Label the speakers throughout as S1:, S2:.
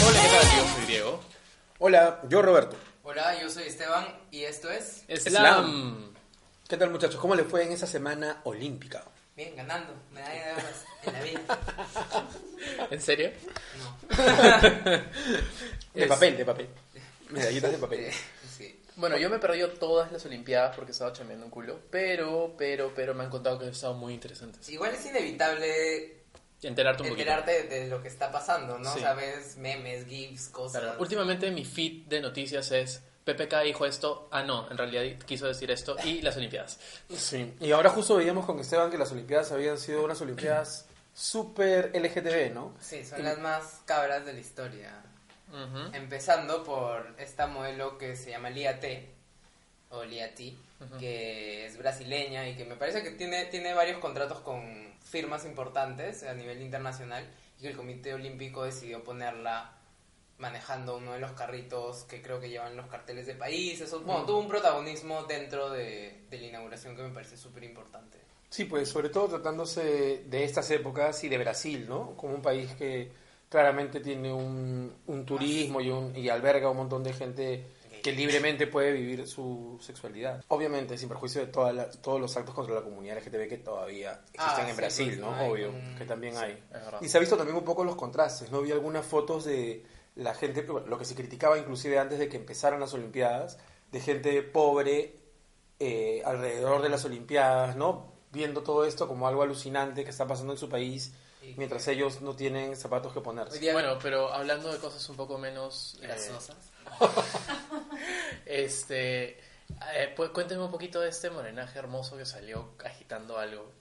S1: Hola, ¿qué tal? Yo soy Diego.
S2: Hola, yo Roberto.
S3: Hola, yo soy Esteban y esto es
S1: Slam.
S2: ¿Qué tal muchachos? ¿Cómo les fue en esa semana olímpica?
S3: Bien ganando, medalla de oro en la vida.
S1: ¿En serio?
S2: De
S1: Es-
S2: papel, de papel. Medallitas de papel.
S3: Eh, Sí.
S1: Bueno, yo me he perdido todas las Olimpiadas porque estaba chambeando un culo, pero, pero, pero me han contado que han estado muy interesantes.
S3: Igual es inevitarte
S1: Enterarte un poquito.
S3: enterarte de lo que está pasando, ¿no?
S1: Sí.
S3: Sabes, memes, gifs, cosas.
S1: Claro, Últimamente mi feed de noticias es PPK dijo esto, ah no, en realidad quiso decir esto y las Olimpiadas.
S2: Sí. Y ahora justo veíamos con Esteban que las Olimpiadas habían sido unas Olimpiadas súper LGTB, ¿no?
S3: Sí, son las más cabras de la historia.
S1: Ujú,
S3: Empezando por esta modelo que se llama Lia T, o Lia T, que es brasileña y que me parece que tiene, tiene varios contratos con firmas importantes a nivel internacional y que el Comité Olímpico decidió ponerla manejando uno de los carritos que creo que llevan los carteles de países. o- Bueno, tuvo un protagonismo dentro de, de la inauguración que me parece súper importante.
S2: Sí, pues sobre todo tratándose de estas épocas y de Brasil, ¿no? Como un país que claramente tiene un, un turismo y, un, y alberga un montón de gente que libremente puede vivir su sexualidad. Obviamente, sin perjuicio de todas las- todos los actos contra la comunidad LGTB que todavía existen
S3: Ah,
S2: en
S3: sí,
S2: Brasil,
S3: pues,
S2: ¿no?
S3: no hay
S2: Obvio,
S3: un-
S2: que también hay.
S1: es verdad.
S2: Y se ha visto también un poco los contrastes, ¿no? Vi algunas fotos de la gente, bueno, lo que se criticaba inclusive antes de que empezaran las Olimpiadas, de gente pobre eh, alrededor de las Olimpiadas, ¿no? Viendo todo esto como algo alucinante que está pasando en su país,
S3: Sí.
S2: mientras ellos no tienen zapatos que
S3: Hoy
S2: ponerse.
S3: día,
S1: Bueno, pero hablando de cosas un poco menos eh,
S3: grasosas.
S1: este, eh, pues cuéntenme un poquito de este morenaje hermoso que salió agitando algo.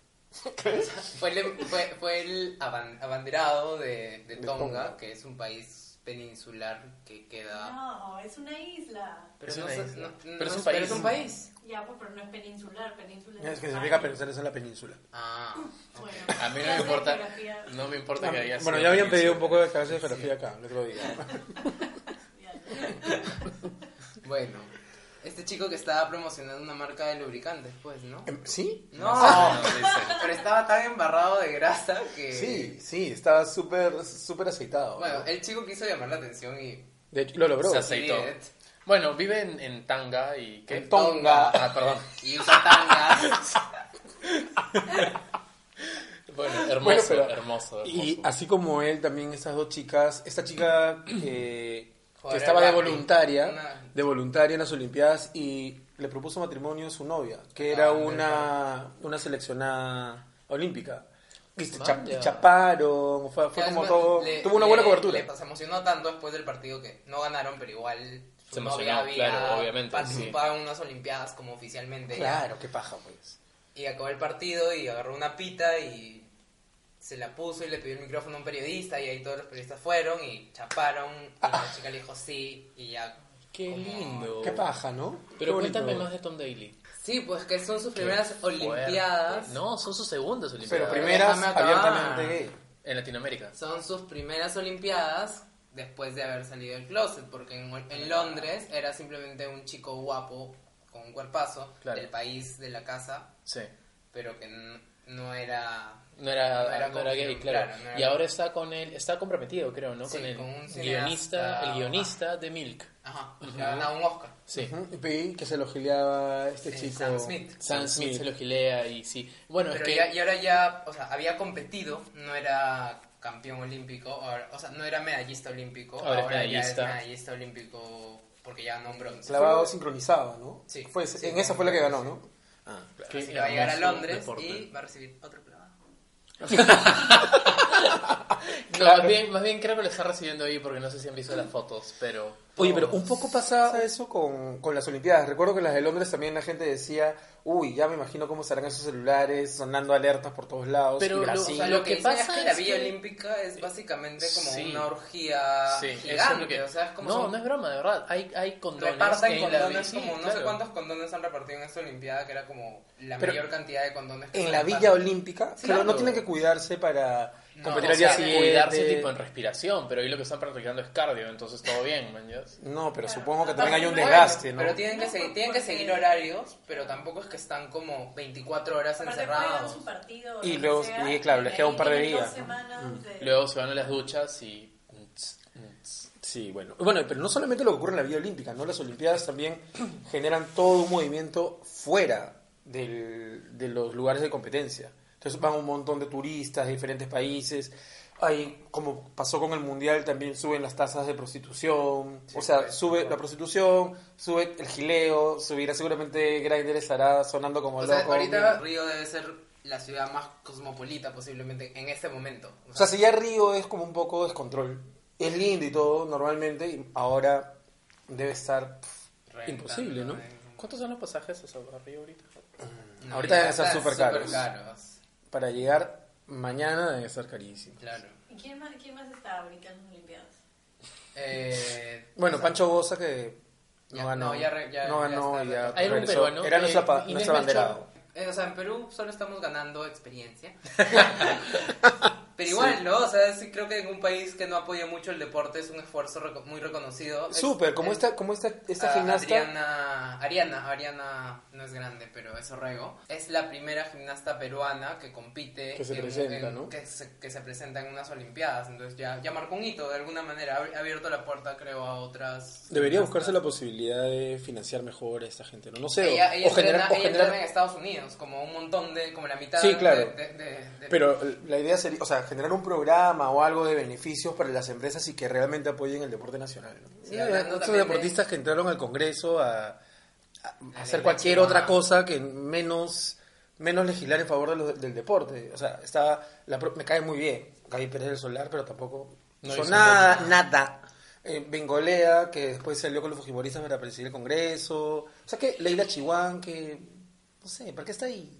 S3: Fue el, fue, fue el aban- abanderado de, de
S2: De
S3: Tonga,
S2: Tonga.
S3: que es un país peninsular que queda...
S4: No, es una isla.
S3: Pero,
S1: Es
S3: no
S1: una
S3: sé-
S1: isla.
S3: no-
S1: Pero
S3: no
S1: es un
S3: sé-
S1: país.
S3: es un país.
S4: Ya, pues, pero no es peninsular. Península
S2: Es que
S4: España.
S2: significa pensar eso en la península.
S3: Ah,
S4: Bueno,
S1: A mí no
S4: la
S1: me importa,
S4: geografía-
S1: no me importa que haya
S2: Ah, bueno,
S1: sido
S2: ya habían pedido un
S1: península.
S2: poco de clase de geografía acá el otro día.
S4: ya, ya.
S3: bueno. Este chico que estaba promocionando una marca de lubricantes, pues, ¿no?
S2: Em, ¿Sí?
S3: No, pero estaba tan embarrado de grasa que...
S2: Sí, sí, estaba súper súper aceitado.
S3: Eh, Bueno,
S2: ¿no?
S3: el chico quiso llamar la atención y...
S2: De hecho, lo logró.
S1: Se aceitó.
S3: Idiot.
S1: Bueno, vive en, en Tanga y... ¿qué?
S2: En Tonga.
S1: Ah, perdón.
S3: Y usa tangas.
S1: Bueno, hermoso,
S2: Bueno, pero-
S1: hermoso, hermoso.
S2: Y así como él, también estas dos chicas, esta chica eh, que
S3: Joder,
S2: estaba de
S3: Barbie.
S2: voluntaria,
S3: Una-
S2: de voluntaria en las Olimpiadas y le propuso matrimonio a su novia, que
S3: Ah,
S2: era
S3: verdad.
S2: una, una seleccionada olímpica. Y se cha-
S1: Vaya.
S2: chaparon, fue, fue como
S3: Además,
S2: todo,
S3: le-
S2: tuvo una buena
S3: le-
S2: cobertura.
S3: le- se emocionó tanto después del partido que no ganaron, pero igual su
S1: Se emocionó,
S3: novia había
S1: claro, obviamente,
S3: participado en unas olimpiadas como oficialmente. ya.
S2: Claro, qué paja, pues.
S3: Y acabó el partido y agarró una pita y se la puso y le pidió el micrófono a un periodista y ahí todos los periodistas fueron y chaparon y la chica le dijo sí y ya.
S1: Ah. Qué lindo.
S2: Qué paja, ¿no? Qué
S1: Oh. Pero
S2: bonito.
S1: cuéntame más de Tom Daly.
S3: Sí, pues que son sus
S1: Qué
S3: primeras
S1: fuerte.
S3: olimpiadas.
S1: No, son sus segundas
S2: Pero
S1: olimpiadas.
S2: primeras
S3: Déjame acabar.
S2: abiertamente gay.
S1: En Latinoamérica.
S3: Son sus primeras Olimpiadas después de haber salido del closet, porque en, en Londres era simplemente un chico guapo con un cuerpazo
S1: Claro.
S3: del país, de la casa,
S1: Sí.
S3: pero que n- no era.
S1: No era,
S3: No era
S1: no era gay,
S3: como-
S1: claro.
S3: claro, no era
S1: y ahora está con él, está comprometido, creo, ¿no?
S3: Sí,
S1: con el
S3: con un cineasta.
S1: guionista, el guionista de Milk.
S3: Ajá, le ha ganado un Oscar.
S1: Sí.
S2: Ujú, Y pedí que se lo gileaba este
S3: Eh,
S2: chico.
S3: Sam Smith.
S1: Sam Smith se lo gilea y sí. Bueno,
S3: Pero
S1: es que...
S3: ya- y ahora ya, o sea, había competido, no era campeón olímpico, ahora- o sea, no era medallista olímpico,
S1: Ahora
S3: ahora,
S1: es medallista.
S3: ya es medallista olímpico porque ya ganó un bronce.
S2: Clavado sincronizado, ¿no?
S3: Sí.
S2: Fue,
S3: Sí,
S2: en esa fue la que ganó, ¿no?
S1: qué
S3: Así que va a llegar a
S1: hermoso
S3: Londres
S1: deporte.
S3: y va a recibir otro clavado.
S1: No, más, bien, más bien creo que lo está recibiendo ahí porque no sé si han visto las fotos, pero
S2: Oye, pero un poco pasa eso con, con las Olimpiadas. Recuerdo que en las de Londres también la gente decía, uy, ya me imagino cómo estarán esos celulares, sonando alertas por todos lados. y
S1: Pero lo-
S3: O
S2: Brasil.
S3: sea,
S1: Lo
S3: lo
S1: que
S3: que pasa es
S1: pasa
S3: que la
S1: es
S3: Villa
S1: que- eh,
S3: Olímpica es básicamente como
S1: Sí.
S3: una orgía
S1: Sí, eso es
S3: gigante.
S1: lo que-
S3: O sea, es como
S1: no,
S3: son-
S1: no es broma, de verdad. Hay, hay condones.
S3: repartan
S1: que en la
S3: condones,
S1: bici-
S3: como no sé
S1: claro.
S3: cuántos condones han repartido en esta Olimpiada, que era como la
S2: Pero-
S3: mayor cantidad de condones que se
S2: En la
S3: reparten.
S2: Villa Olímpica,
S3: Sí,
S2: claro, no
S3: claro.
S2: tienen que cuidarse para
S3: No,
S2: competir
S1: o
S2: al día
S1: sea,
S2: siguiente.
S1: cuidarse tipo en respiración, pero ahí lo que están practicando es cardio, entonces todo bien, man. ya.
S2: No, pero supongo que también hay un
S4: Bueno,
S2: desgaste, ¿no?
S3: Pero tienen que, seguir, tienen que seguir horarios, pero tampoco es que están como 24 horas
S4: Aparte juegan
S3: encerrados.
S4: su partido.
S2: Y
S4: lo que
S2: luego-
S4: sea,
S2: y claro, les
S4: ahí
S2: queda un par de
S4: tienen dos
S2: días, Mm. ¿no?
S4: semanas de-
S1: Luego se van a las duchas y...
S2: Sí, bueno. Bueno, pero no solamente lo que ocurre en la Villa Olímpica, ¿no? Las Olimpiadas también generan todo un movimiento fuera del- de los lugares de competencia. Entonces van un montón de turistas de diferentes países. Hay, como pasó con el Mundial, también suben las tasas de prostitución. o sea,
S3: pues,
S2: sube la prostitución, sube el gileo, subirá seguramente Grindr estará sonando como
S3: O
S2: loco.
S3: sea, ahorita Río debe ser la ciudad más cosmopolita posiblemente en este momento.
S2: O sea, si ya Río es como un poco descontrol. Es lindo y todo, normalmente, y ahora debe estar...
S3: reventando,
S2: Imposible, ¿no?
S3: eh.
S1: ¿Cuántos son los pasajes a Sao Río ahorita?
S3: Mm, No,
S2: Ahorita deben
S3: está
S2: estar supercaros.
S3: supercaros,
S2: Para llegar mañana debe estar carísimo.
S3: claro.
S4: ¿Y quién más, quién más está ahorita en las Olimpiadas?
S3: Eh,
S2: Bueno, Pancho Bosa que no
S3: Ya,
S2: ganó.
S3: no, ya re- ya-
S2: no
S3: ya
S2: ganó
S3: está,
S2: y
S3: ya
S2: ya
S3: está.
S1: Hay algún
S2: regresó.
S1: peruano
S2: Era
S1: que-
S2: nuestra, pa-
S1: Inés
S2: nuestra
S1: Melchor.
S2: banderado.
S3: Eh, o sea, en Perú solo estamos ganando experiencia. Pero igual, ¿no? O sea, sí creo que en un país que no apoya mucho el deporte es un esfuerzo reco- muy reconocido. Es-
S2: Súper, como este
S3: es-
S2: esta, como esta, esta
S3: ah,
S2: gimnasta.
S3: Adriana, Ariana, Ariana no es grande, pero es Orrego. Es la primera gimnasta peruana que compite.
S2: Que se
S3: en-
S2: presenta,
S3: en-
S2: ¿no?
S3: Que se, que se presenta en unas Olimpiadas. Entonces ya, ya marcó un hito, de alguna manera. Ha abri- ha abierto la puerta, creo, a otras.
S2: Debería
S3: gimnastas.
S2: buscarse la posibilidad de financiar mejor a esta gente, ¿no? No sé, o-
S3: Ella, ella
S2: o generar...
S3: entrena-
S2: o
S3: ella
S2: generar-
S3: entrena en Estados Unidos, como un montón de, como la mitad
S2: Sí,
S3: de-
S2: claro.
S3: de- de- de-
S2: Pero la idea sería, o sea, generar un programa o algo de beneficios para las empresas y que realmente apoyen el deporte nacional. ¿no?
S3: Sí,
S2: Eh,
S3: hablando
S2: estos
S3: también
S2: deportistas que entraron al Congreso a, a hacer
S3: la
S2: cualquier
S3: chivada.
S2: otra cosa que menos, menos legislar en favor de los- del deporte. O sea, está, la pro- me cae muy bien Gaby Pérez del Solar, pero tampoco
S1: No
S2: hizo
S1: hizo
S2: nada, nada. Eh, Bengolea, que después salió con los fujimoristas para presidir el Congreso. O sea, que Leila Chihuán, que no sé, ¿para qué está ahí?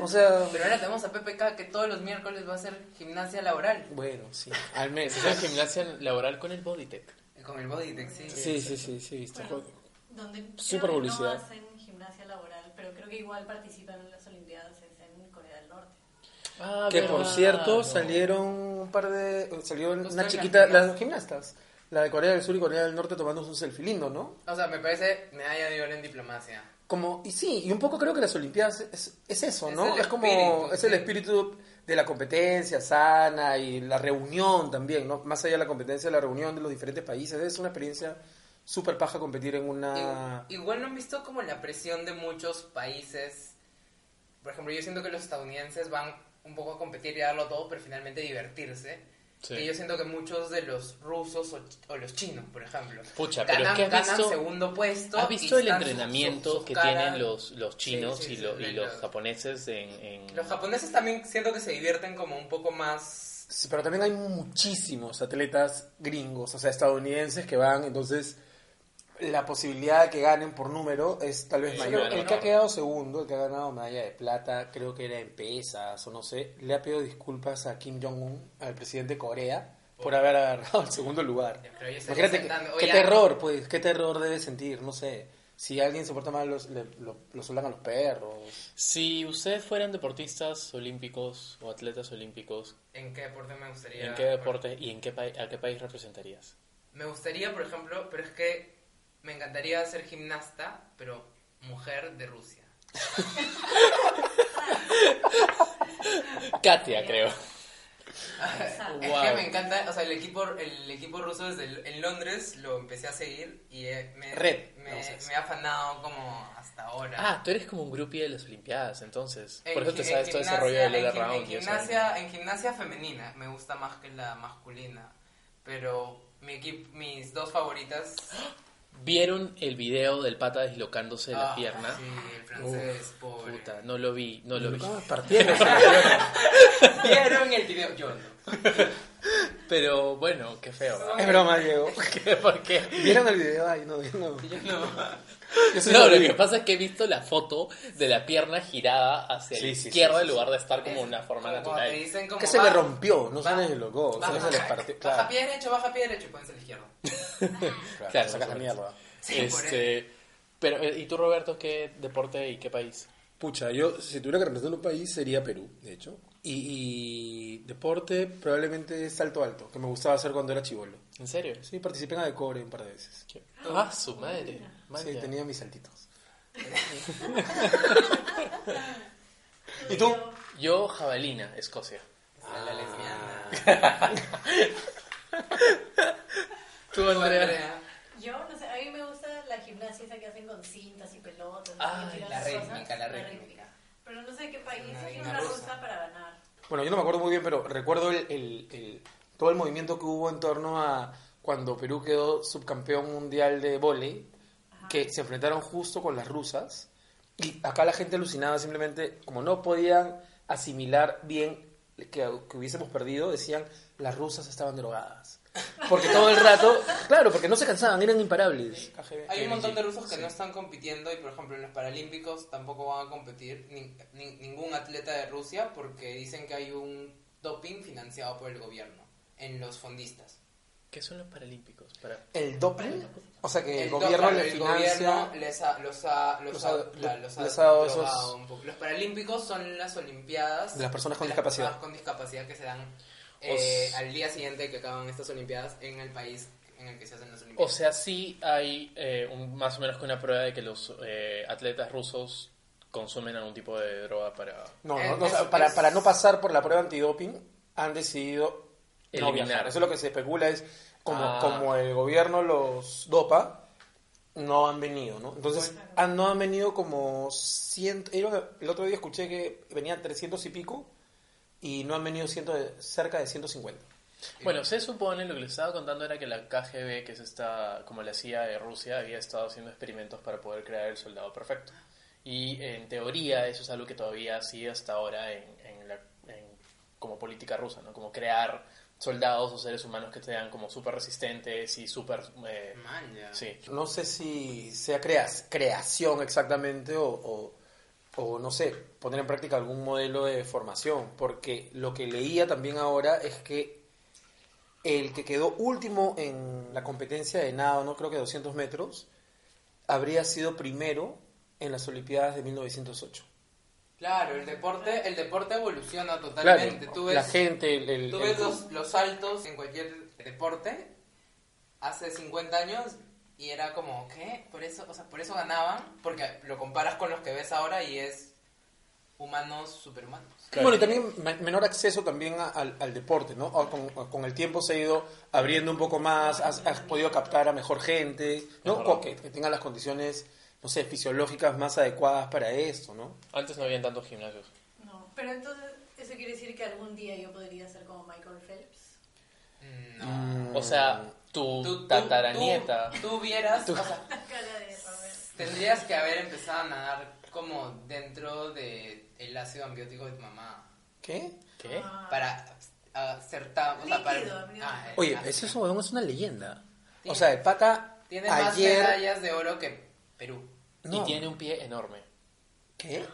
S2: O sea...
S3: Pero ahora tenemos a PPK que todos los miércoles va a hacer gimnasia laboral.
S2: Bueno, sí, al menos.
S1: Es la gimnasia laboral con el Bodytech.
S3: Con el bodytech, sí.
S2: Sí, sí, sí, sí, viste.
S4: Bueno, donde creo
S2: Súper
S4: que
S2: publicidad.
S4: No hacen gimnasia laboral, pero creo que igual participan en las Olimpiadas es en Corea del Norte.
S1: Ah,
S2: Que por cierto
S1: salieron
S2: salieron un par de... Salió
S3: Justo
S2: una
S3: las
S2: chiquita,
S3: gimnastas.
S2: las dos gimnastas. La de Corea del Sur y Corea del Norte tomándose un selfie lindo, ¿no?
S3: O sea, me parece medalla de oro en diplomacia.
S2: Como, y sí, y un poco creo que las Olimpiadas es, es eso,
S3: Es
S2: ¿no?
S3: el
S2: Es, como,
S3: espíritu,
S2: es el
S3: sí.
S2: espíritu de la competencia sana y la reunión también, ¿no? Más allá de la competencia, la reunión de los diferentes países. Es una experiencia súper paja competir en una...
S1: Ah.
S3: Ig- Igual no han visto como la presión de muchos países. Por ejemplo, yo siento que los estadounidenses van un poco a competir y a darlo todo, pero finalmente divertirse.
S1: Sí.
S3: Y yo siento que muchos de los rusos o, ch- o los chinos, por ejemplo,
S1: Pucha, pero
S3: ganan,
S1: es que has
S3: ganan
S1: visto-
S3: segundo puesto.
S1: ¿Has
S3: y
S1: visto el
S3: están sus-
S1: entrenamiento
S3: sus- sus
S1: que
S3: caras-
S1: tienen los, los chinos
S3: Sí, sí,
S1: y,
S3: sí,
S1: lo- y
S3: sí,
S1: los
S3: los-
S1: japoneses en, en-
S3: Los japoneses también siento que se divierten como un poco más
S2: Sí, pero también hay muchísimos atletas gringos, o sea, estadounidenses que van, entonces la posibilidad de que ganen por número es tal vez
S1: Sí,
S2: mayor.
S1: claro,
S2: el que ha
S1: claro.
S2: quedado segundo, el que ha ganado medalla de plata, creo que era en pesas o no sé, le ha pedido disculpas a Kim Jong-un, al presidente de Corea, por haber agarrado el segundo lugar.
S3: Pero ya se
S2: Imagínate,
S3: está sentando,
S2: qué
S3: oye,
S2: terror, pues, qué terror debe sentir, no sé. Si alguien se porta mal, los, le- lo, lo sueltan a los perros.
S1: Si ustedes fueran deportistas olímpicos o atletas olímpicos,
S3: ¿En qué deporte me gustaría?
S1: ¿en qué deporte y en qué pai- a qué país representarías?
S3: Me gustaría, por ejemplo, pero es que me encantaría ser gimnasta, pero mujer de Rusia.
S1: Katia, creo.
S4: Exacto.
S3: Es que
S1: Oh, Wow.
S3: me encanta, o sea, el equipo, el equipo ruso desde el- en Londres lo empecé a seguir y eh, me,
S2: Red,
S3: me,
S2: entonces.
S3: me ha afanado como hasta ahora.
S1: Ah, tú eres como un groupie de las Olimpiadas, entonces.
S3: En
S1: Por eso
S3: gi-
S1: te
S3: en
S1: sabes todo ese
S3: gimnasia-
S1: rollo de Lola
S3: en gi- en
S1: Round. y eso.
S3: gimnasia, en gimnasia femenina me gusta más que la masculina, pero mi equip- mis dos favoritas...
S1: ¿Vieron el video del pata deslocándose de la
S3: Ah,
S1: pierna?
S3: Sí, el francés, pobre.
S1: Puta, no lo vi, no lo vi.
S2: Estamos partiendo.
S3: ¿Vieron el video? Yo no.
S1: Pero bueno, qué feo. ¿no?
S2: Es broma, Diego.
S1: ¿Qué? ¿Por qué?
S2: ¿Vieron el video? Ay, no, yo no.
S3: Yo no.
S2: Yo sí
S1: No,
S2: lo
S1: lo
S2: vi.
S1: que pasa es que he visto la foto de la pierna girada hacia la
S2: Sí, sí,
S1: izquierda
S2: sí,
S1: en lugar de estar como
S3: Es
S1: una forma
S3: como
S1: natural.
S3: te dicen como,
S2: Que se le
S3: "Va,
S2: rompió, no se
S3: va,
S2: le deslocó, o sea,
S3: baja,
S2: no se le partió.
S3: Baja
S2: Claro,
S3: pie derecho, baja pie derecho, pueden ser izquierdo.
S2: claro,
S1: Claro,
S2: sacas la
S1: por
S2: mierda.
S3: Sí, por
S1: Este, pero, eh, ¿y tú, Roberto, qué deporte y qué país?
S2: Pucha, yo si tuviera que representar un país sería Perú, de hecho. Y, y deporte probablemente es salto alto, que me gustaba hacer cuando era chivolo.
S1: ¿En serio?
S2: Sí, participé en Adecobre un par de veces.
S1: ¿Qué? Ah, su madre. Manja.
S2: Sí, tenía mis saltitos.
S4: ¿Y
S2: tú?
S1: Yo, jabalina, Escocia.
S3: A la lesbiana.
S1: Tú, Andrea.
S3: Andrea,
S4: Yo, no sé, a mí me gusta la gimnasia esa que hacen con cintas y pelotas.
S1: Ay,
S4: y tirar
S3: La
S4: las cosas.
S3: rítmica, la rítmica.
S4: Pero no sé qué país
S3: Una
S4: es
S3: vaina
S4: una
S3: rusa.
S4: rusa para ganar.
S2: Bueno, yo no me acuerdo muy bien, pero recuerdo el, el- el- todo el movimiento que hubo en torno a cuando Perú quedó subcampeón mundial de vóley, que se enfrentaron justo con las rusas. Y acá la gente alucinaba simplemente, como no podían asimilar bien que, que hubiésemos perdido, decían las rusas estaban drogadas. Porque todo el rato, claro, porque no se cansaban, eran imparables.
S3: Hay un montón de rusos que no están compitiendo y, por ejemplo, en los Paralímpicos tampoco van a competir ni- ni- ningún atleta de Rusia porque dicen que hay un doping financiado por el gobierno en los fondistas.
S1: ¿Qué son los paralímpicos? Para...
S2: El doping, o sea que Eh, el,
S3: do-
S2: gobierno
S3: claro,
S2: le
S3: el
S2: financia...
S3: gobierno les ha, los ha, los
S2: los
S3: ha-
S2: ha-
S3: la- los ha
S2: les ha dado
S3: drogado
S2: esos-
S3: un poco. Los Paralímpicos son las Olimpiadas
S2: De las personas con
S3: de las
S2: discapacidad.
S3: personas con discapacidad que se dan eh,
S1: s-
S3: al día siguiente que acaban estas Olimpiadas en el país en el que se hacen las
S1: O
S3: Olimpiadas.
S1: sea, sí hay eh, un- más o menos que una prueba de que los eh, atletas rusos consumen algún tipo de droga para...
S2: No,
S3: Eh,
S2: no, no, o sea,
S3: es-
S2: para,
S3: es-
S2: para no pasar por la prueba antidoping han decidido no
S1: Eliminar.
S2: viajar. Eso es lo que se especula es como,
S1: Ah.
S2: como el gobierno los dopa, no han venido, ¿no? Entonces, han- no han venido como ciento... El otro día escuché que venían 300 y pico y no han venido ciento de- cerca de 150.
S1: Bueno, se supone, lo que les estaba contando era que la KGB, que es esta, como la CIA de Rusia, había estado haciendo experimentos para poder crear el soldado perfecto. Y en teoría eso es algo que todavía sigue hasta ahora en, en la- en- como política rusa, ¿no? Como crear soldados o seres humanos que sean como súper resistentes y súper... eh,
S3: Man, ya.
S1: sí.
S2: No sé si sea crea- creación exactamente o, o- o, no sé, poner en práctica algún modelo de formación, porque lo que leía también ahora es que el que quedó último en la competencia de nado, no creo que 200 metros, habría sido primero en las Olimpiadas de 1908.
S3: Claro, el deporte, el deporte evoluciona totalmente. tú ves,
S2: la gente, el, el-
S3: tú ves
S2: el-
S3: los, los saltos en cualquier deporte hace 50 años y era como, ¿qué? Por eso, o sea, por eso ganaban, porque lo comparas con los que ves ahora y es humanos superhumanos.
S1: Claro.
S2: Bueno, y también me- menor acceso también a- al, al deporte, ¿no? O con, o con el tiempo se ha ido abriendo un poco más, has, has podido captar a mejor gente, ¿no?
S1: Mejor.
S2: Co- Que, que tenga las condiciones, no sé, fisiológicas más adecuadas para esto, ¿no?
S1: Antes no habían tantos gimnasios.
S4: No, pero entonces, ¿eso quiere decir que algún día yo podría ser como Michael Phelps?
S2: Mm,
S3: No.
S1: O sea, tu
S3: Mm. Tú- tú-
S1: tataranieta...
S3: Tú, tú
S2: Mm.
S3: vieras, o sea,
S4: La cara de Robert.
S3: tendrías que haber empezado a nadar como dentro de el ácido ambiótico de tu mamá.
S2: ¿Qué?
S1: ¿Qué?
S4: Ah,
S3: Para acertar, o sea, para...
S4: Líquido, amniótico.
S3: Ah, eh,
S2: Oye,
S3: ah,
S2: ese es un- es una leyenda. O
S3: Tiene-
S2: sea, el pata
S3: Tiene más
S2: ayer...
S3: medallas de oro que Perú.
S2: No.
S1: Y tiene un pie enorme.
S2: ¿Qué?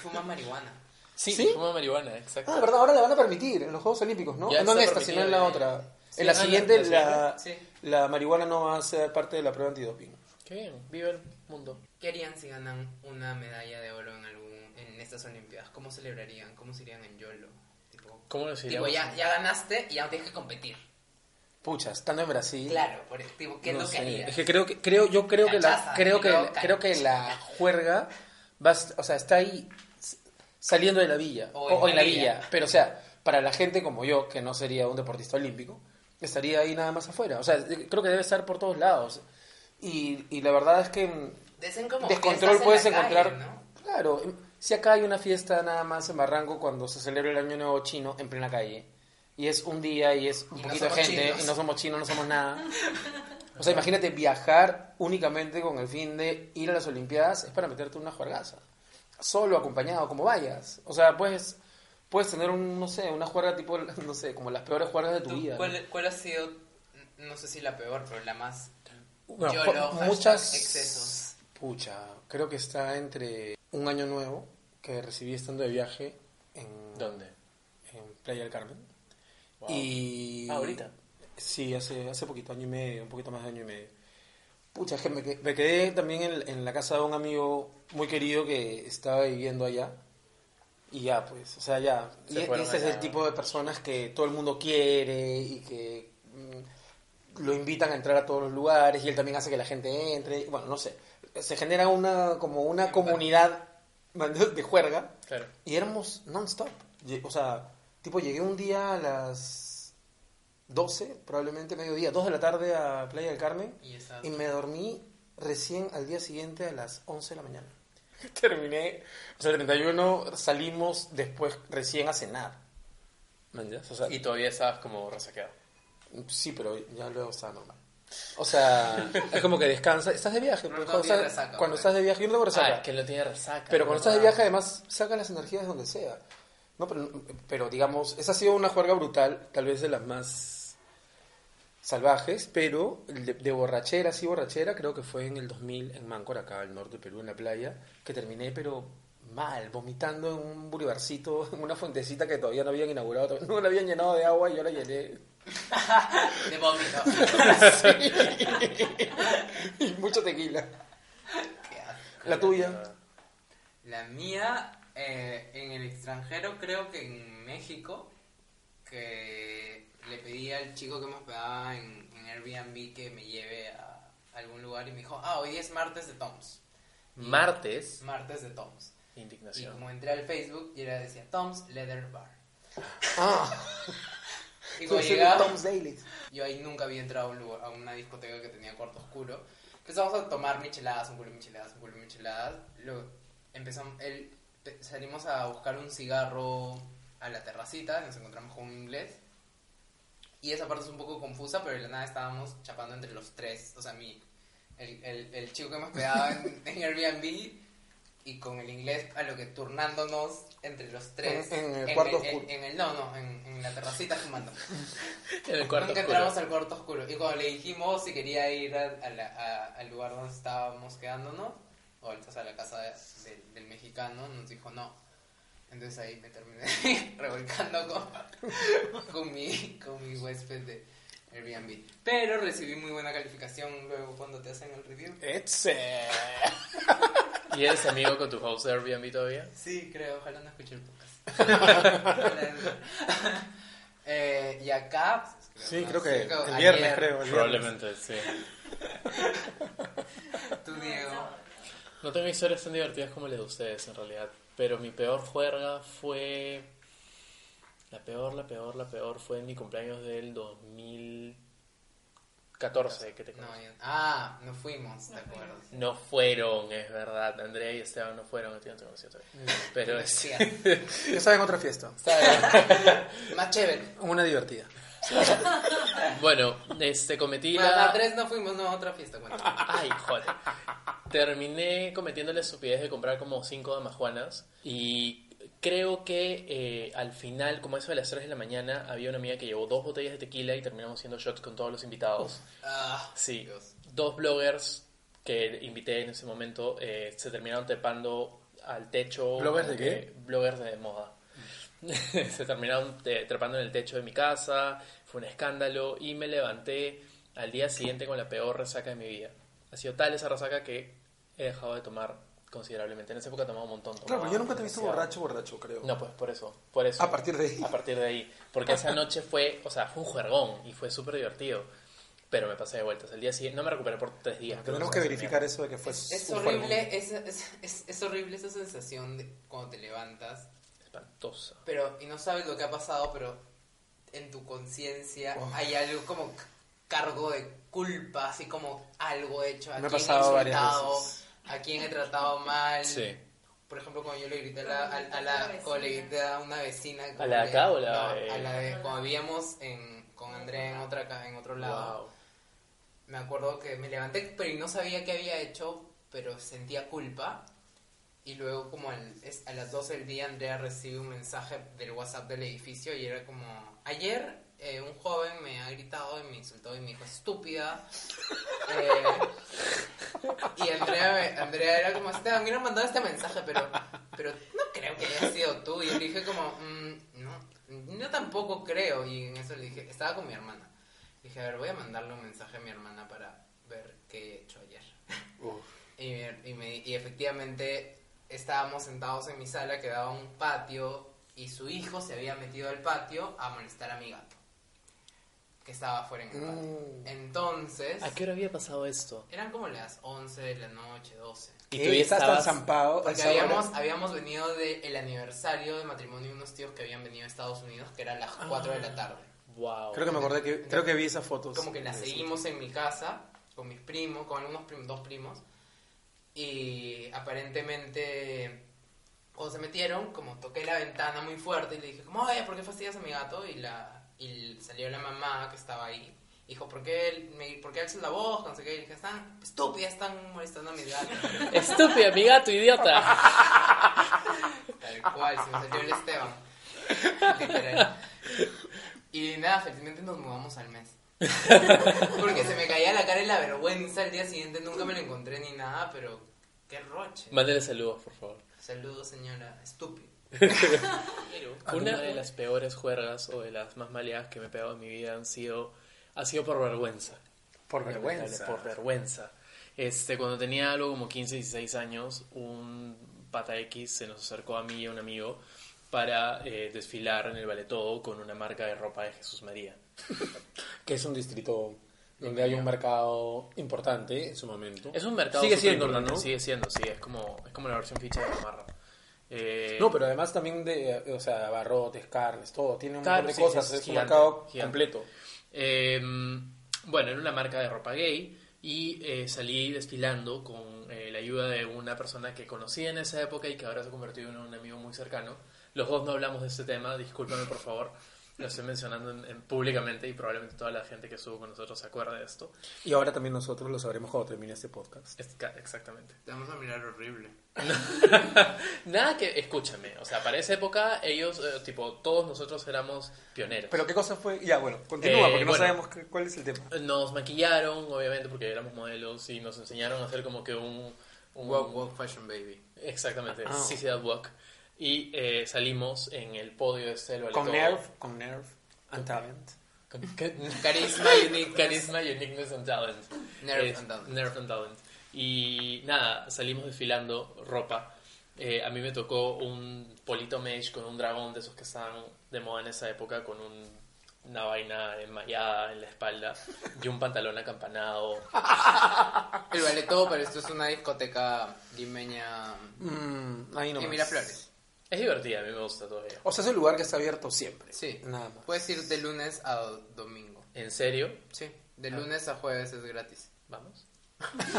S3: Fuma marihuana.
S1: Sí,
S2: ¿Sí?
S1: fuma marihuana, exacto.
S2: Ah, de verdad, ahora la van a permitir en los Juegos Olímpicos, ¿no?
S1: Ya
S2: no en esta,
S1: está
S2: sino en la
S1: permitido,
S2: otra.
S3: Sí,
S2: en la
S3: ah, la-
S2: siguiente,
S3: la
S2: la,
S3: siguiente,
S2: la marihuana no va a ser parte de la prueba antidoping.
S1: Qué bien, vive el mundo.
S3: ¿Qué harían si ganan una medalla de oro en algún en estas Olimpiadas? ¿Cómo celebrarían? ¿Cómo serían en YOLO? Tipo,
S1: ¿Cómo nos
S3: tipo,
S1: iríamos?
S3: ya, ya ganaste y ya no tienes que competir.
S2: Pucha, estando en Brasil...
S3: Claro, por, tipo, ¿qué es
S2: No
S3: lo que
S2: sé.
S3: harían?
S2: Es que creo que creo yo creo que la
S3: Cachaza,
S2: creo que
S3: loca.
S2: creo que la juerga va, a s- o sea, está ahí s- saliendo de la villa o, o en la villa. pero o sea, para la gente como yo que no sería un deportista olímpico, estaría ahí nada más afuera, o sea, de- creo que debe estar por todos lados. Y, y la verdad es que mm,
S3: Dicen como
S2: descontrol
S3: fiestas en
S2: puedes
S3: la calle,
S2: encontrar.
S3: ¿no?
S2: Claro, em, si acá hay una fiesta nada más en Barranco cuando se celebra el Año Nuevo Chino en plena calle. Y es un día y es un
S3: Y no
S2: poquito de
S3: somos
S2: gente
S3: chinos.
S2: y no somos chinos, no somos nada. O sea, imagínate viajar únicamente con el fin de ir a las Olimpiadas es para meterte una juergaza. Solo, acompañado, como vayas. O sea, puedes puedes tener, un, no sé, una juerga tipo, no sé, como las peores juergas de tu
S3: ¿Tú
S2: vida.
S3: cuál, cuál ha sido, no sé si la peor, pero la más
S2: ¿no? Bueno,
S3: YOLO,
S2: ju-
S3: hashtag
S2: muchas
S3: excesos?
S2: Pucha, creo que está entre un año nuevo que recibí estando de viaje en,
S1: ¿Dónde?
S2: en Playa del Carmen.
S1: Wow.
S2: Y...
S1: Ah, ahorita.
S2: Sí, hace, hace poquito, año y medio, un poquito más de año y medio. Pucha, es que me, que- me quedé también en, en la casa de un amigo muy querido que estaba viviendo allá. Y ya, pues, o sea, ya.
S1: Se
S2: y
S1: fueron
S2: ese es el
S1: allá.
S2: tipo de personas que todo el mundo quiere y que mm, lo invitan a entrar a todos los lugares y él también hace que la gente entre. y Bueno, no sé. Se genera una, como una comunidad de juerga.
S1: Claro.
S2: Y éramos non-stop. Lle- O sea, tipo, llegué un día a las 12, probablemente mediodía, 2 de la tarde a Playa del Carmen.
S3: Y esa-
S2: Y me dormí recién al día siguiente a las 11 de la mañana. Terminé, o sea, el 31 salimos después recién a cenar. ¿Me entiendes? O sea,
S1: Y todavía estabas como resaqueado.
S2: sí, pero ya luego estaba normal. O sea, es como que descansa. Estás de viaje.
S3: No,
S2: pero
S3: no
S2: cuando
S3: tienes
S2: estás,
S3: resaca,
S2: cuando
S3: pues.
S2: estás de viaje, yo no tengo resaca.
S1: Ah, es que lo tiene resaca.
S2: Pero cuando estás
S1: ¿verdad?
S2: de viaje, además, saca las energías de donde sea. No, pero, pero, digamos, esa ha sido una juerga brutal, tal vez de las más salvajes, pero de, de borrachera, sí, borrachera, creo que fue en el 2000 en Máncora, acá al norte de Perú, en la playa, que terminé, pero mal, vomitando en un bulevarcito, en una fuentecita que todavía no habían inaugurado, todavía no la habían llenado de agua y yo la llené.
S3: de vómito.
S2: y mucho tequila.
S3: Qué asco.
S2: La tuya.
S3: La mía, eh, en el extranjero, creo que en México, que le pedí al chico que me hospedaba en, en Airbnb que me lleve a algún lugar y me dijo, ah, hoy día es martes de Tom's.
S1: Martes.
S3: Martes de Tom's. Y
S1: Indignación.
S3: como entré al Facebook, y era decía Tom's Leather Bar.
S2: Ah,
S3: Y cuando
S2: soy de
S3: llegaba,
S2: Tom's Daily.
S3: yo ahí nunca había entrado a, un lugar- a una discoteca que tenía cuarto oscuro. Empezamos a tomar micheladas, un culo de micheladas, un culo de micheladas. Luego empezamos, el- te- salimos a buscar un cigarro a la terracita, nos encontramos con un inglés. Y esa parte es un poco confusa, pero de la nada estábamos chapando entre los tres. O sea, mi, el, el- el chico que me hospedaba en, en Airbnb y con el inglés a lo que turnándonos entre los tres.
S2: En- en el cuarto
S3: en-
S2: oscuro.
S3: en el, no, no, en, en la terracita fumando.
S1: En el cuarto
S3: Nunca
S1: oscuro.
S3: entramos al cuarto oscuro. Y cuando le dijimos si quería ir a- a la- a- al lugar donde estábamos quedándonos, o al- o sea, a la casa de- del- del mexicano, nos dijo no. Entonces ahí me terminé revolcando con, con, mi, con mi huésped de Airbnb. Pero recibí muy buena calificación luego cuando te hacen el review.
S2: Excel.
S1: ¿Y eres amigo con tu host de Airbnb todavía?
S3: Sí, creo, ojalá no escuche el podcast. Eh, y acá...
S2: Sí,
S3: no,
S2: creo que
S3: creo-
S2: el viernes,
S3: ayer,
S2: creo. el viernes.
S1: Probablemente, sí.
S3: Tú, Diego.
S1: No tengo historias tan divertidas como las de ustedes, en realidad. Pero mi peor juerga fue... La peor, la peor, la peor fue en mi cumpleaños del 2014 que te
S3: No,
S1: conocí.
S3: yo- ah, no fuimos, ¿te acuerdas?
S1: No fueron, es verdad. Andrea y Esteban no fueron, no tienen Pero
S3: Sí,
S1: es...
S2: Ya saben, otra fiesta.
S3: más chévere.
S2: Una divertida.
S1: Bueno, este, cometí
S3: Bueno, a
S1: la...
S3: tres no fuimos, no, a otra fiesta. cuenta.
S1: Ay, joder. Terminé cometiendo la estupidez de comprar como cinco damajuanas y creo que eh, al final, como eso de las 3 de la mañana, había una amiga que llevó dos botellas de tequila y terminamos haciendo shots con todos los invitados.
S3: Ah,
S1: Sí,
S3: Dios.
S1: dos bloggers que invité en ese momento eh, se terminaron trepando al techo.
S2: ¿Bloggers de
S1: como
S2: qué?
S1: que- Bloggers de moda. se terminaron eh, trepando en el techo de mi casa, fue un escándalo y me levanté al día siguiente con la peor resaca de mi vida. Ha sido tal esa resaca que he dejado de tomar considerablemente. En esa época tomaba un montón.
S2: Claro,
S1: tomaba
S2: pero yo nunca te he visto
S1: demasiado.
S2: borracho, borracho, creo.
S1: No, pues por eso, por eso.
S2: A partir de ahí.
S1: A partir de ahí. Porque esa noche fue, o sea, fue un juergón y fue súper divertido. Pero me pasé de vueltas. El día siguiente, no me recuperé por tres días.
S2: Tenemos que verificar eso de que fue
S3: Es, es
S2: un juego.
S3: horrible, es, es, es- es horrible esa sensación de cuando te levantas,
S1: Espantosa.
S3: pero y no sabes lo que ha pasado, pero en tu conciencia
S2: Oh.
S3: hay algo como c- cargo de culpa, así como algo hecho. A
S2: Me ha
S3: quién he
S2: pasado varias
S3: insultado,
S2: veces.
S3: a quien he tratado mal.
S1: Sí.
S3: Por ejemplo, cuando yo le grité a la, a, a la, cuando le grité a una vecina. como
S1: la de
S3: le-
S1: acá o la
S3: no,
S1: de-
S3: A la de cuando vivíamos en, con Andrea en, otra, ca- en otro lado.
S1: Wow.
S3: Me acuerdo que me levanté, pero no sabía qué había hecho, pero sentía culpa. Y luego como al- es- a las 12 del día Andrea recibe un mensaje del WhatsApp del edificio y era como, ayer eh, un joven me ha gritado y me insultó y me dijo estúpida. Eh, y Andrea, me- Andrea era como, "Esteban, me hubieran mandado este mensaje, pero, pero no creo que haya sido tú. Y yo le dije como, "Mm, no, yo tampoco creo. Y en eso le dije, estaba con mi hermana. Dije, a ver, voy a mandarle un mensaje a mi hermana para ver qué he hecho ayer. Y, me- y me- y efectivamente estábamos sentados en mi sala que daba a un patio y su hijo se había metido al patio a molestar a mi gato, que estaba afuera en el patio.
S2: Mm.
S3: Entonces,
S1: ¿A qué hora había pasado esto?
S3: eran como las 11 de la noche, 12.
S1: Y
S2: ¿Qué?
S1: tú ya
S2: ¿Estás
S1: estabas-
S2: tan zampado? a
S3: Porque
S2: esa hora?
S3: habíamos, habíamos venido del aniversario de matrimonio de unos tíos que habían venido a Estados Unidos, que era a las 4 de la tarde.
S1: Wow.
S2: Creo que me acordé que creo que vi esas fotos.
S3: como que la seguimos en mi casa con mis primos, con algunos primos, dos primos. Y aparentemente, cuando se metieron, como toqué la ventana muy fuerte y le dije, como, oye, ¿por qué fastidias a mi gato? Y, la, y salió la mamá que estaba ahí. Dijo, ¿por qué, él- me, ¿por qué alzas la voz? No sé qué. Y dije, están estúpidas, están molestando a mi gato.
S1: Estúpida, mi gato, idiota.
S3: Tal cual, se me salió el Esteban. Literal. Y nada, felizmente nos mudamos al mes. Porque se me caía la cara y la vergüenza el día siguiente, nunca me lo encontré ni nada, pero qué roche.
S1: Mándale saludos, por favor.
S3: Saludos, señora, estúpido.
S2: Ah,
S1: Una de las peores juergas o de las más maleadas que me he pegado en mi vida han sido, ha sido por vergüenza.
S2: Por
S1: Lamentable,
S2: vergüenza.
S1: Por vergüenza. Este, cuando tenía algo como 15, 16 años, un pata X se nos acercó a mí y a un amigo para eh, desfilar en el Baletodo con una marca de ropa de Jesús María.
S2: Que es un distrito donde hay un mercado importante en su momento.
S1: Es un mercado
S2: Sigue
S1: súper
S2: siendo,
S1: importante,
S2: ¿no?
S1: Sigue siendo, sí. Es como, es como la versión ficha de Camarra. Eh,
S2: No, pero además también de, eh, o sea, barrotes, carnes, todo. Tiene un
S1: Claro,
S2: montón de
S1: sí,
S2: cosas.
S1: sí,
S2: Es,
S1: es
S2: un
S1: gigante,
S2: mercado
S1: gigante.
S2: completo.
S1: Eh, bueno, era una marca de ropa gay y eh, salí desfilando con eh, la ayuda de una persona que conocí en esa época y que ahora se ha convertido en un amigo muy cercano. Los dos no hablamos de este tema, discúlpame por favor. Lo estoy mencionando en- en- públicamente y probablemente toda la gente que estuvo con nosotros se acuerde de esto.
S2: Y ahora también nosotros lo sabremos cuando termine este podcast.
S1: Es- ca- Exactamente.
S3: Te vamos a mirar horrible.
S1: Nada que, escúchame, o sea, para esa época ellos, eh, tipo, todos nosotros éramos pioneros.
S2: Pero qué cosa fue. Ya, bueno, continúa
S1: Eh,
S2: porque no
S1: bueno.
S2: sabemos qué- cuál es el tema.
S1: Nos maquillaron, obviamente, porque éramos modelos y nos enseñaron a hacer como que un... un
S3: Walk, walk, fashion baby.
S1: Exactamente,
S2: Ah.
S1: sí se da Walk. Y eh, salimos en el podio este del
S2: Con
S1: Ballet Todo.
S2: Nerf, con Nerf, and Talent.
S1: Con- ca-
S3: Carisma, unique.
S1: Carisma, Uniqueness and Talent.
S3: Nerf
S1: Es-
S3: and talent.
S1: Nerf and Talent. Y nada, salimos desfilando ropa. Eh, a mí me tocó un polito mesh con un dragón de esos que estaban de moda en esa época con un- una vaina enmayada en la espalda y un pantalón acampanado.
S3: El baleto, pero esto es una discoteca limeña.
S2: Mm, ahí no
S3: Y
S2: más.
S3: Miraflores.
S1: Es divertida, a mí me gusta todavía.
S2: O sea, es un lugar que está abierto siempre.
S3: Sí.
S2: Nada más.
S3: Puedes ir de lunes a domingo.
S1: ¿En serio?
S3: Sí,
S2: Ah.
S3: de lunes a jueves es gratis.
S1: Vamos.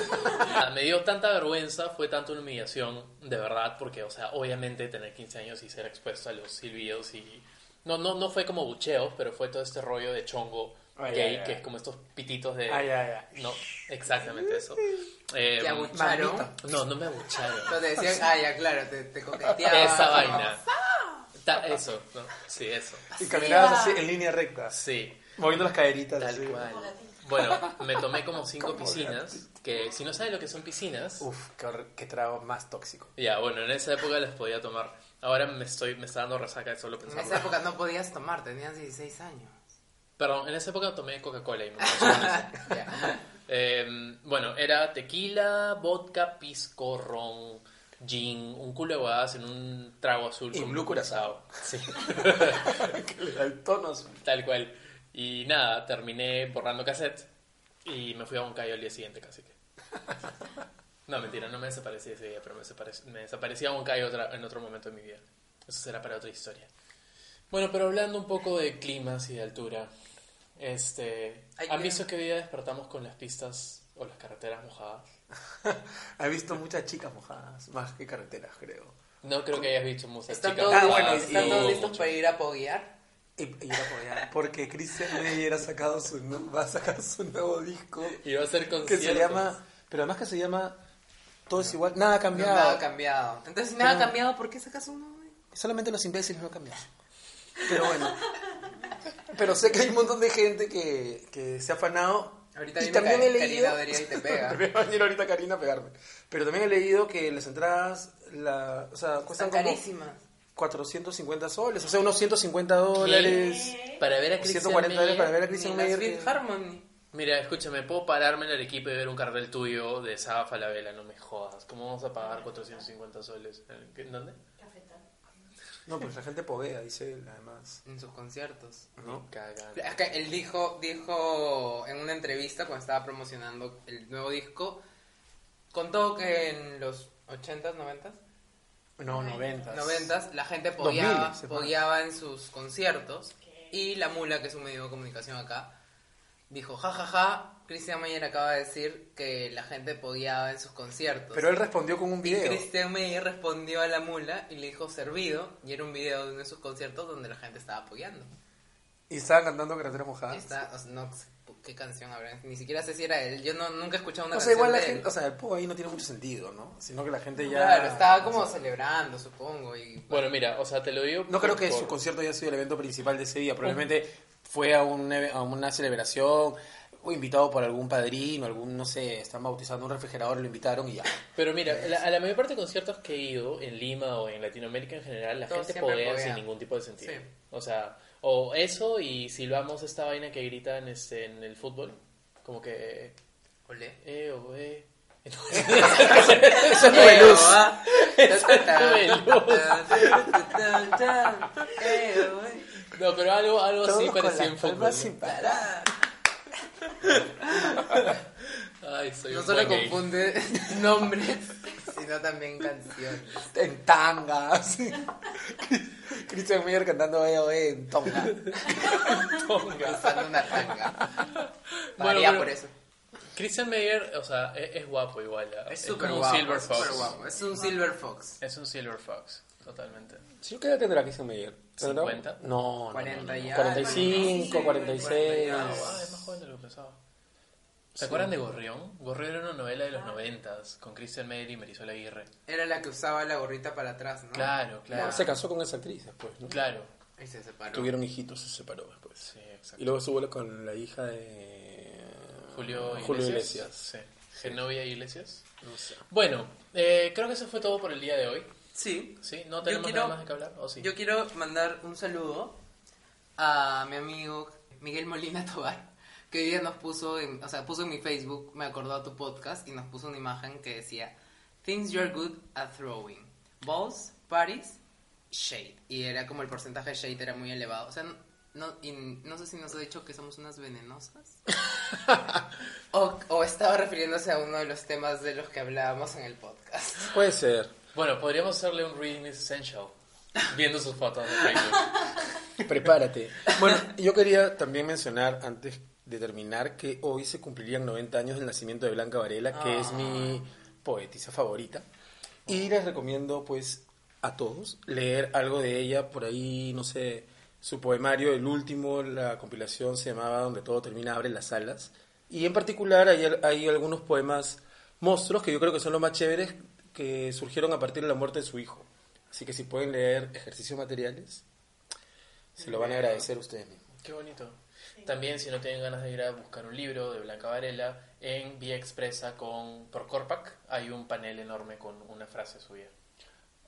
S1: Ah, me dio tanta vergüenza, fue tanta una humillación, de verdad, porque, o sea, obviamente tener 15 años y ser expuesto a los silbidos y... No, no, no fue como bucheos, pero fue todo este rollo de chongo
S2: Ay,
S1: gay,
S2: ay, ay.
S1: que es como estos pititos de...
S2: Ay, ay, ay.
S1: No, exactamente eso. Eh,
S3: Te abucharon.
S2: Mamita.
S1: no, no me abucharon.
S3: Pero te decían, ah, ya, claro, te, te coqueteaban.
S1: Esa vaina. Ta- eso, ¿no? Sí, eso.
S2: Y caminabas
S4: Mira.
S2: así en línea recta,
S1: Sí.
S2: moviendo las caderitas. así.
S1: Tal cual. Bueno, me tomé como cinco piscinas, que si no sabes lo que son piscinas,
S2: Uf, qué, hor- qué trago más tóxico.
S1: Ya, bueno, en esa época las podía tomar. Ahora me estoy me está dando resaca de solo
S3: En
S1: pensarlo.
S3: esa época no podías tomar, tenías 16 años.
S1: Perdón, en esa época tomé Coca-Cola y me pasó eso.
S3: Ya.
S1: Eh, Bueno, era tequila, vodka, pisco, ron, gin, un culo de guadas en un trago azul
S2: Y
S1: con
S2: blue curazao.
S1: Sí,
S2: El tono azul.
S1: tal cual. Y nada, terminé borrando cassette y me fui a un callo al día siguiente casi que. No, mentira, no me desaparecí ese día, pero me, desapare- me desaparecí a un callo otra- en otro momento de mi vida. Eso será para otra historia. Bueno, pero hablando un poco de climas y de altura, este,
S3: Ay,
S1: ¿han
S3: qué-
S1: visto que hoy día despertamos con las pistas o las carreteras mojadas?
S2: He visto muchas chicas mojadas, más que carreteras, creo.
S1: No creo que hayas visto muchas
S3: ¿Están
S1: chicas
S3: todos,
S2: Ah,
S3: listos-
S2: bueno,
S1: mojadas,
S3: están
S1: no
S3: todos
S1: hubo
S3: listos
S1: mucho.
S3: para ir a poguear?
S2: Y, y era por allá, porque Christian Meyer ha sacado su, nu- va a sacar su nuevo disco
S1: Y va a ser
S2: que se
S1: conciertos.
S2: llama, pero además que se llama Todo es igual, nada ha
S3: No,
S2: cambiado.
S3: nada ha cambiado. Entonces, si nada ha
S2: Pero-
S3: cambiado, ¿por qué sacas uno? güey?
S2: Solamente los imbéciles no cambian. Pero bueno. Pero sé que hay un montón de gente que, que se ha afanado.
S3: Ahorita
S2: y
S3: viene
S2: también
S3: Ka-
S2: he leído.
S3: Karina Doria y te pega.
S2: Me va a venir ahorita Karina a pegarme. Pero también he leído que las entradas la, o sea, cuestan
S3: Están
S2: como
S3: carísimas.
S2: 450 soles, o sea, unos 150 dólares.
S1: Para ver a
S2: o
S1: Christian
S2: 140 dólares
S1: Meyer,
S2: para ver a
S3: Ni
S2: Christian
S3: las
S2: Meyer.
S3: Fifth
S2: que-
S3: Harmony.
S1: Mira, escúchame, puedo pararme en el equipo y ver un cartel tuyo de Safa la vela, no me jodas. ¿Cómo vamos a pagar 450 soles? ¿En qué- en dónde?
S4: Cafetal.
S2: No, pues la gente podea, dice él, además.
S3: En sus conciertos.
S2: ¿no?
S1: Cagando.
S3: Es que él dijo, dijo en una entrevista cuando estaba promocionando el nuevo disco, contó que en los 80s, 90s,
S2: No, 90.
S3: 90s, la gente podía
S2: 2000, se fue.
S3: podía en sus conciertos y la mula, que es un medio de comunicación acá, dijo, jajaja, Christian Mayer acaba de decir que la gente podía en sus conciertos.
S2: Pero él respondió con un
S3: y
S2: video.
S3: Christian Mayer respondió a la mula y le dijo servido y era un video de uno de sus conciertos donde la gente estaba apoyando.
S2: Y estaban cantando carreteras mojadas.
S3: Esta, o sea, no sé qué canción habrá, ni siquiera sé si era él. Yo no, nunca he escuchado una
S2: O sea,
S3: canción
S2: igual la
S3: de él.
S2: gente, o sea, el pop ahí no tiene mucho sentido, ¿no? Sino que la gente ya...
S3: Claro, estaba como
S2: o sea,
S3: celebrando, supongo. Y,
S1: Bueno, mira, o sea, te lo digo.
S2: no creo que
S1: por-
S2: su concierto haya sido el evento principal de ese día. Probablemente fue a, un eve- a una celebración o invitado por algún padrino, algún, no sé, están bautizando un refrigerador, lo invitaron y ya.
S1: Pero mira, la- a la mayor parte de conciertos que he ido, en Lima o en Latinoamérica en general, la
S3: Todos
S1: gente
S3: siempre
S1: podea
S3: podean.
S1: sin ningún tipo de sentido.
S3: Sí.
S1: O sea, o eso y si lo vamos esta vaina que gritan este, en el fútbol, como que...
S3: Olé.
S1: Eh, o eh.
S2: Eso es Nuveluz.
S3: Eh, va. Eh, va.
S1: No, pero algo, algo así
S2: Todos con
S1: parecía
S2: las
S1: en fútbol.
S2: palmas
S1: ¿no?
S2: sin parar.
S1: Ay, soy
S3: No
S1: un
S3: solo
S1: buen gay.
S3: confunde nombres, sino también canciones.
S2: En tangas. Christian Meyer cantando "Oe, oe", en tonga.
S3: Usando una tanga.
S1: Bueno,
S3: Varía
S1: pero-
S3: por eso.
S1: Christian Meyer, o sea, es, es guapo igual. ¿ah?
S3: Es
S1: como
S3: súper
S1: un
S3: guapo.
S1: Silver
S3: es
S1: Fox.
S3: súper guapo. Es un Silver Fox.
S1: Es un Silver Fox, totalmente.
S2: Sí, ¿Qué edad tendrá Christian Meyer?
S1: ¿Cincuenta?
S2: No, no, no, no.
S3: 40 y
S2: 45,
S4: algo.
S2: 46.
S1: Ah, guau, es más joven de lo que pensaba. ¿Se acuerdan de Gorrión? Gorrión era una novela de los noventas con Christian Meyer y Marisol Aguirre.
S3: Era la que usaba la gorrita para atrás, Ah. ¿no?
S1: Claro, claro.
S2: No, se casó con esa actriz después, ¿no?
S1: Claro.
S3: Y se separó.
S2: Tuvieron hijitos, se separó después.
S1: Sí,
S2: Y
S1: exacto.
S2: luego estuvo con la hija de
S1: Julio Iglesias.
S2: Iglesias.
S1: Sí. Genovia Iglesias.
S2: No sé.
S1: Bueno, eh, creo que eso fue todo por el día de hoy.
S3: Sí.
S1: ¿Sí? ¿No tenemos
S3: quiero-
S1: nada más de que hablar? ¿O Oh, sí?
S3: Yo quiero mandar un saludo a mi amigo Miguel Molina Tobar, que hoy día nos puso, en, o sea, puso en mi Facebook, me acordó a tu podcast y nos puso una imagen que decía Things you're good at throwing. Balls, parties, shade. Y era como el porcentaje de shade era muy elevado. O sea, no, y no sé si nos ha dicho que somos unas venenosas. o, o estaba refiriéndose a uno de los temas de los que hablábamos en el podcast.
S2: Puede ser.
S1: Bueno, podríamos hacerle un Reading is Essential viendo sus fotos de Facebook.
S2: Prepárate. Bueno, yo quería también mencionar antes de terminar que hoy se cumplirían 90 años del nacimiento de Blanca Varela, que es mi poetisa favorita. Y les recomiendo, pues, a todos leer algo de ella. Por ahí, no sé, su poemario, el último, la compilación se llamaba Donde todo termina, abre las alas. Y en particular hay, hay algunos poemas monstruos que yo creo que son los más chéveres que surgieron a partir de la muerte de su hijo. Así que si pueden leer ejercicios materiales, se lo van a agradecer ustedes mismos.
S1: Qué bonito. También, si no tienen ganas de ir a buscar un libro de Blanca Varela, en Vía Expresa con, por Corpac hay un panel enorme con una frase suya.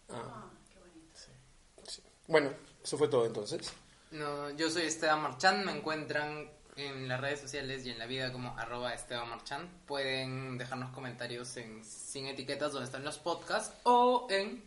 S4: Ah, qué bonito.
S2: Bueno, eso fue todo entonces.
S3: No, yo soy Esteban Marchán, me encuentran en las redes sociales y en la vida como arroba Esteban Marchán. Pueden dejarnos comentarios en Sin Etiquetas donde están los podcasts o en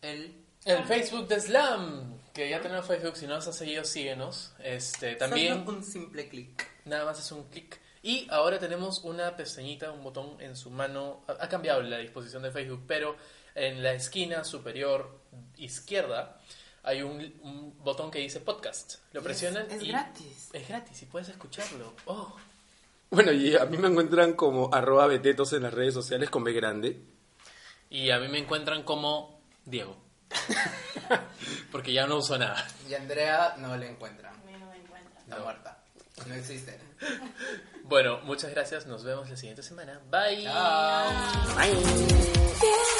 S3: el...
S1: El Facebook de Slam, que ya tenemos Facebook, si no nos has seguido, síguenos. Este, también,
S3: Solo un simple clic.
S1: nada más es un clic. Y ahora tenemos una pestañita, un botón en su mano. Ha ha cambiado la disposición de Facebook, pero en la esquina superior izquierda hay un, un botón que dice podcast. Lo presionan
S3: Es, es
S1: y
S3: gratis.
S1: Es gratis y puedes escucharlo. Oh,
S2: Bueno, y a mí me encuentran como arroba betetos en las redes sociales con B grande.
S1: Y a mí me encuentran como Diego. Porque ya no uso nada.
S3: Y Andrea no la encuentran.
S4: A mí no me encuentran.
S3: Está muerta. No existe.
S1: Bueno, muchas gracias. Nos vemos la siguiente semana. Bye.
S3: Chao.
S4: Yeah.